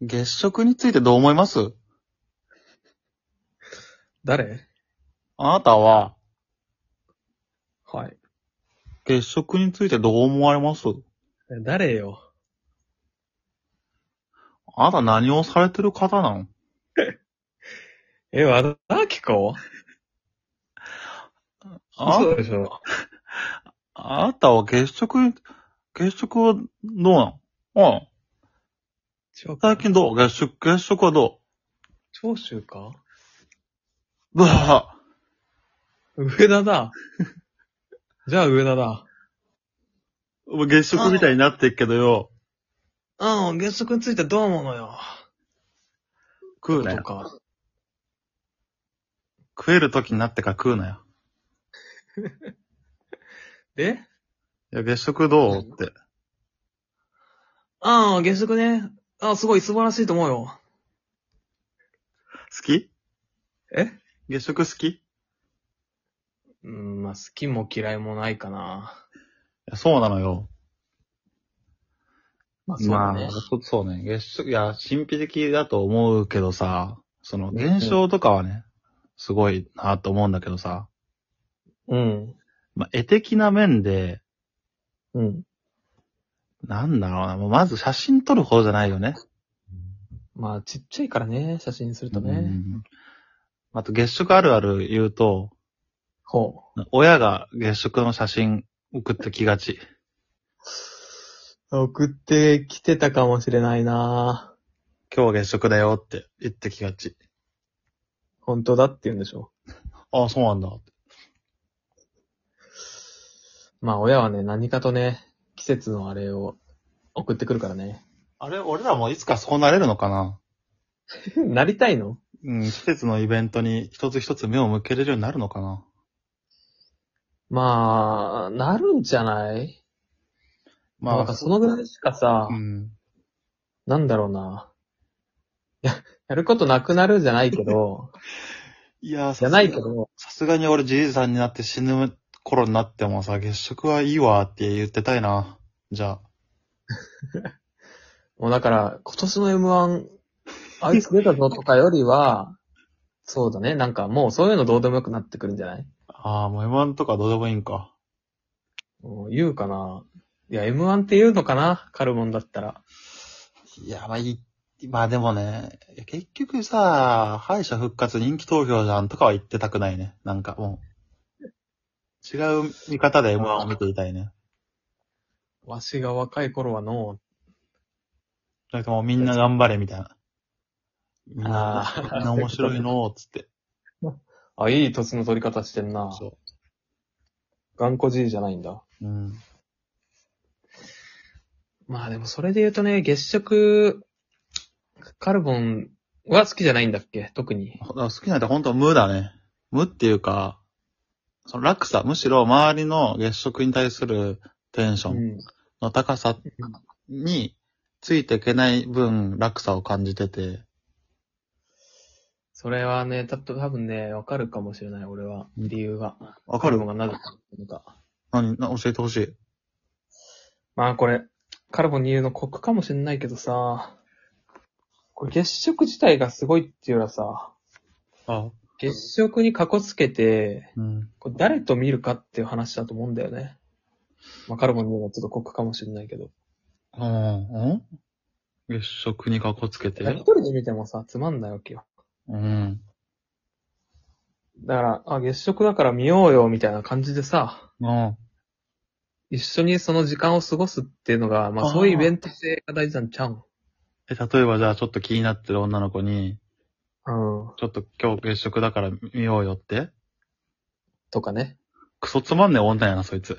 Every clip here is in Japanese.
月食についてどう思います誰あなたははい。月食についてどう思われます誰よ。あなた何をされてる方なのえ、和田アキ子あ嘘でしょ。あなたは月食に、月食はどうなのうん。長最近どう月食、月食はど長州かうどうだ上田だ。 じゃあ上田だ。 月食みたいになってっけどよ。うん、月食についてどう思うのよ。食うなとよ。か。食える時になってから食うなよ。でいや、月食どうって。うん、月食ね。あすごい素晴らしいと思うよ。好きえ月食好きいうん、まあ、好きも嫌いもないかな。や、そうなのよ。まあ、そうまだあ、ね。そそうね。月食、いや、神秘的だと思うけどさ、その、現象とかはね、すごいなと思うんだけどさ、うん。まあ、絵的な面で、うん。なんだろうな、もうまず写真撮る方じゃないよね。まあ、ちっちゃいからね、写真にするとうね。んあと、月食あるある言うと、ほ親が月食の写真送ってきがち。う。送ってきてたかもしれないな。今日は月食だよって言ってきがち。本当だって言うんでしょ。ああ、そうなんだ。まあ親はね、何かとね、季節のあれを送ってくるからね。 あれ、俺らもいつかそうなれるのかななりたいのうん、季節のイベントに一つ一つ目を向けれるようになるのかなまあ、なるんじゃないまあ、なんかそのぐらいしかさ、うん。なんだろうな。や、やることなくなるじゃない けど、いや、じゃないけ。ど、さすがに俺じいさんになって死ぬ頃になってもさ、月食はいいわって言ってたいな。じゃあ。もうだから、今年の M1、あいつ出たぞとかよりは、そうだね、なんかもうそういうのどうでもよくなってくるんじゃないああ、もう M1 とかどうでもいいんか。もう言うかな。いや、M1 って言うのかなカルモンだったら。いや、まあいい。まあでもね、いや結局さ、敗者復活人気投票じゃんとかは言ってたくないね。なんかもう。違う見方で M1 を見ていたいね。わしが若い頃はのうなんかもうみんな頑張れみたいな。みんなあ、ーみんな面白いのーっつって。あ、いい年の取り方してんな。そ頑固じいじゃないんだ。う。うん。まあでもそれで言うとね、月食、カルボンは好きじゃないんだっけ特に。だから好きな人は本当無だね。無っていうか、その落差、むしろ周りの月食に対するテンションん。の高さについていけない分落差を感じてて、それはね、たぶん多分ね、わかるかもしれない、俺は。うん理由が。わかるカルボンがなぜかっていうのか。何、な教えてほしい。まあこれ、カルボンに言うの酷かもしれないけどさ、これ月食自体がすごいっていうよりはさ、あ、月食にかこつけて、うん。これ誰と見るかっていう話だと思うんだよね。まあカルボンに言うのはちょっと酷かもしれないけど。うん。月食にかこつけて。一人で見てもさ、つまんないわけよ。うん。だから、あ、月食だから見ようよ、みたいな感じでさ、うん。一緒にその時間を過ごすっていうのが、まああーそういうイベント性が大事なんちゃうん。え、例えばじゃあちょっと気になってる女の子に、うん。ちょっと今日月食だから見ようよってとかね。クソつまんねえ女やな、そいつ。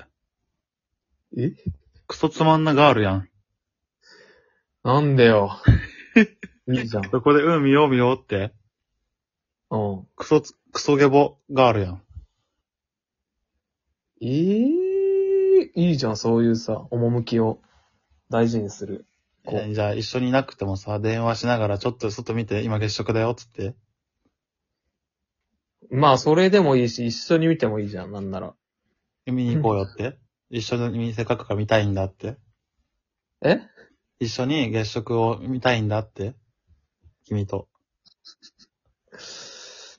えクソつまんなガールやん。なんで よ。いいじゃん。うん。そこで、うん、見よう見ようって、クソつ、クソゲボがあるやん。ええいいじゃん、そういうさ、趣を大事にする。こうえーじゃあ、一緒にいなくてもさ、電話しながら、ちょっと外見て、今月食だよ、つって。まあ、それでもいいし、一緒に見てもいいじゃん、なんなら。見に行こうよって。一緒に、せっかくから見たいんだって。え一緒に月食を見たいんだって。君と。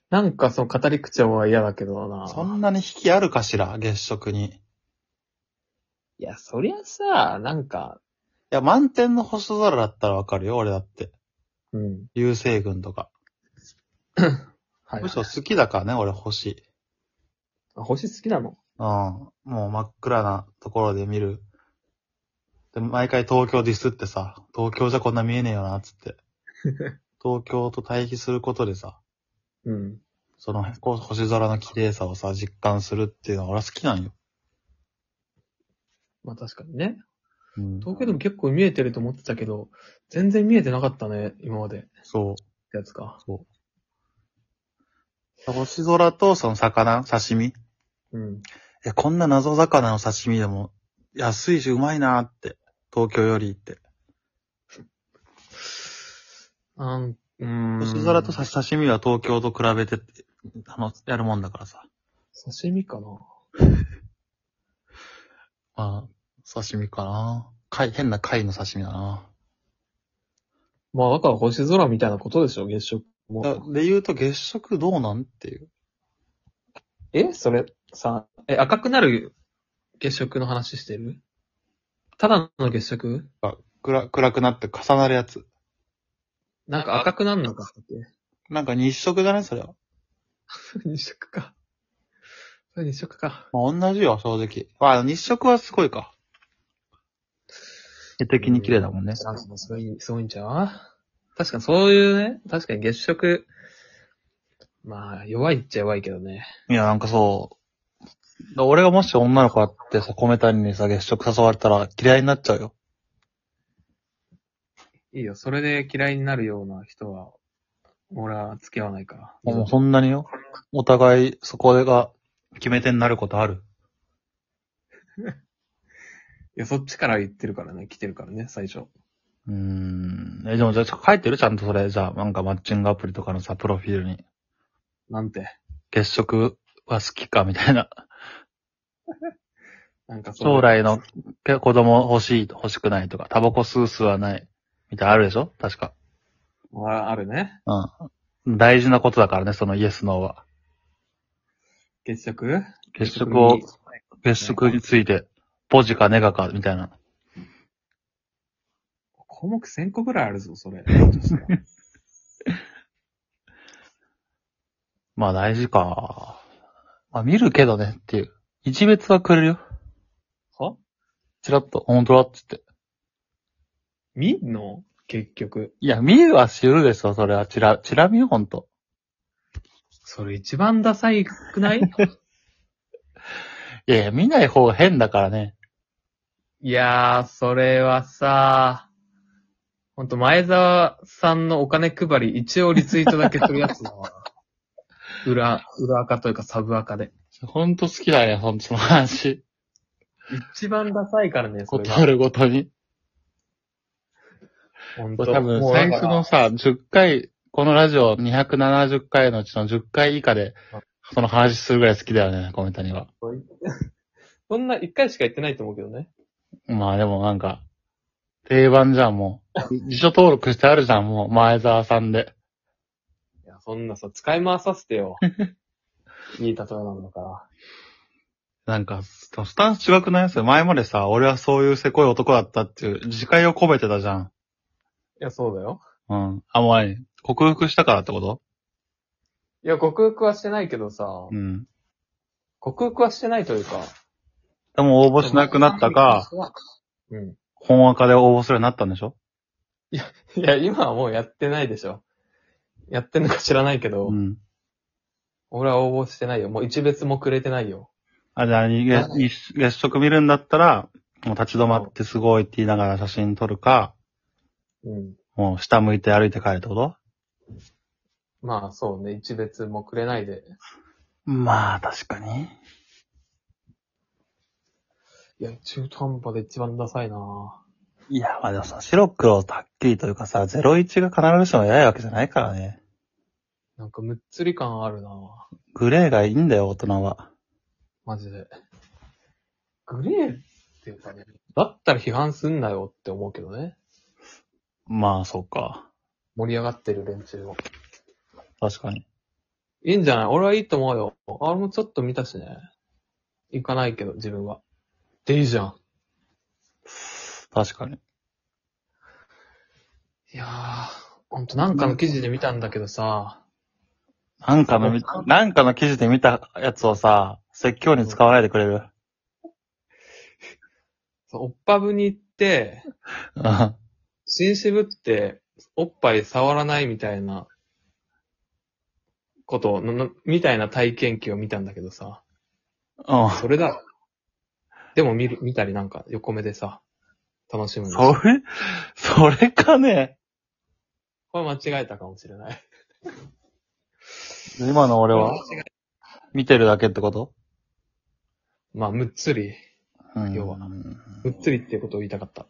なんかその語り口調は嫌だけどな。そんなに引きあるかしら月食に。いいや、そりゃさ、なんか、や、満点の星空だったらわかるよ、俺だって。うん。流星群とか。はい、むしろ好きだからね、俺星。あ星好きなのうん。もう真っ暗なところで見る。で、毎回東京ディスってさ、東京じゃこんな見えねえよな、つっ て。東京と対比することでさ、うん。そのこう星空の綺麗さをさ、実感するっていうのは俺は好きなんよ。まあ確かにね。うん。東京でも結構見えてると思ってたけど、全然見えてなかったね、今まで。っそう。てやつか。星空とその魚、刺身。いうん。や、こんな謎魚の刺身でも安いしうまいなーって。東京よりって。あん、うん。星空と刺刺身は東京と比べて、あの、やるもんだからさ。刺身かなまあ、刺身かな。貝、変な貝の刺身だな。まあだから星空みたいなことでしょ、月食だも。で言うと月食どうなんっていう。えそれ、さ、え、赤くなる月食の話してるただの月食暗、暗くなって重なるやつ。なんか赤くなんなかったっ けなんか日食だね、それは。日食か。それ日食か。まあ、同じよ、正直。まあ、日食はすごいか。絵的に綺麗だもんね。なんかもうすごい、すごいんちゃう確かにそういうね、確かに月食、まあ、弱いっちゃ弱いけどね。いや、なんかそう。だ俺がもし女の子あってさ、米谷にさ、月食誘われたら嫌いになっちゃうよ。いいよ、それで嫌いになるような人は、俺は付き合わないから。もうそんなによ。お互いそこが決め手になることある。いや、そっちから言ってるからね、来てるからね、最初。うーん。え、でもじゃあ書いてるちゃんとそれ。じゃあ、なんかマッチングアプリとかのさ、プロフィールに。なんて。月食は好きかみたいな。なんかそう。将来の子供欲しい、欲しくないとか、タバコ吸う吸わない。みたいなのあるでしょ確か。はあるね。うん。大事なことだからね、そのイエスノーは。月食月食をに、月食について、ポジかネガか、みたいな。項目1000個ぐらいあるぞ、それ。 まあ大事か。まあ見るけどねっていう。一別はくれるよ。はチラッと、本当だっつって。見んの結局。いや、見るは知るでしょ、それは。チラ、チラ見よ、ほんと。それ一番ダサいくないいやいや、見ない方が変だからね。いやー、それはさ、ほんと前澤さんのお金配り一応リツイートだけするやつだ わ。裏、裏赤というかサブ赤で。ほんと好きだね、ほんとその 話。一番ダサいからね、そこれとがあ。るごとに。ほんことれ多分、もうだ最から初のさ、10回、このラジオ270回のうちの10回以下で、その話するぐらい好きだよね、コメントに は。そんな一回しか言ってないと思うけどね。まあでもなんか、定番じゃん、もう。辞書登録してあるじゃん、もう。前澤さんで。いや、そんなさ、使い回させ てよ。いい例えなんだから。なんか、ススタンス違くないそれ前までさ、俺はそういうせこい男だったっていう、自戒を込めてたじゃん。いや、そうだよ。うん。あ、もう何克服したからってこといや、克服はしてないけどさ、うん。克服はしてないというか。でも応募しなくなったか、。うん。本赤で応募するようになったんでしょ いや、今はもうやってないでしょ。やってんのか知らないけど、うん。俺は応募してないよ。もう一別もくれてないよ。あ、じゃあ、は月月月食見るんだったら、もう立ち止まってすごいって言いながら写真撮るか、うん。もう下向いて歩いて帰るってことまあ、そうね。一別もくれないで。まあ、確かに。いや、中途半端で一番ダサいなぁ。いや、まあでもさ、白黒とはっきりというかさ、01が必ずしも偉いわけじゃないからね。なんかむっつり感あるなぁ。グレーがいいんだよ、大人は。マジで。グレーっていうかね、だったら批判すんなよって思うけどね。まあ、そうか。盛り上がってる連中を。確かに。いいんじゃない俺はいいと思うよ。あれもちょっと見たしね。行かないけど、自分は。でいいじゃん。確かに。いやー、ほんとなんかの記事で見たんだけどさ、なんかのみ、なんかの記事で見たやつをさ、説教に使わないでくれる。そうおっぱぶに行って、 うん。紳士ぶって、おっぱい触らないみたいな、ことを、ののみたいな体験記を見たんだけどさ、うん。それだ。でも見る、見たりなんか横目でさ、楽しむんですそよれ、それかね。これ間違えたかもしれない。今の俺は間違え見てるだけってことまあ、むっつり、うん。要はむっつりっていうことを言いたかった。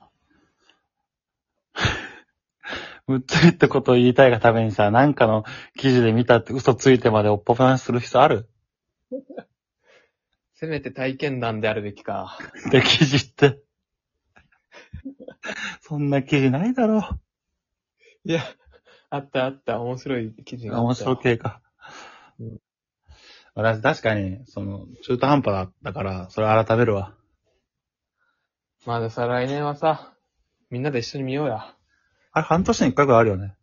むっつりってことを言いたいがためにさ、なんかの記事で見たって嘘ついてまでおっぱぱなする人あるせめて体験談であるべきか。って記事って。 そんな記事ないだろいや、あったあった、面白い記事う。があ面った。白系かうん。私、確かに、その、中途半端だったから、それ改めるわ。まださ、来年はさ、みんなで一緒に見ようや。あれ、半年に一回ぐらいあるよね。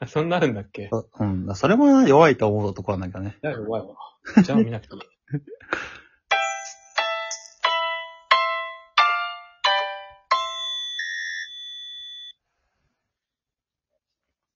あそんなあるんだっけうん。それも弱いと思うところなんだけどね。だいぶ弱いわ。じゃあ見なくていい。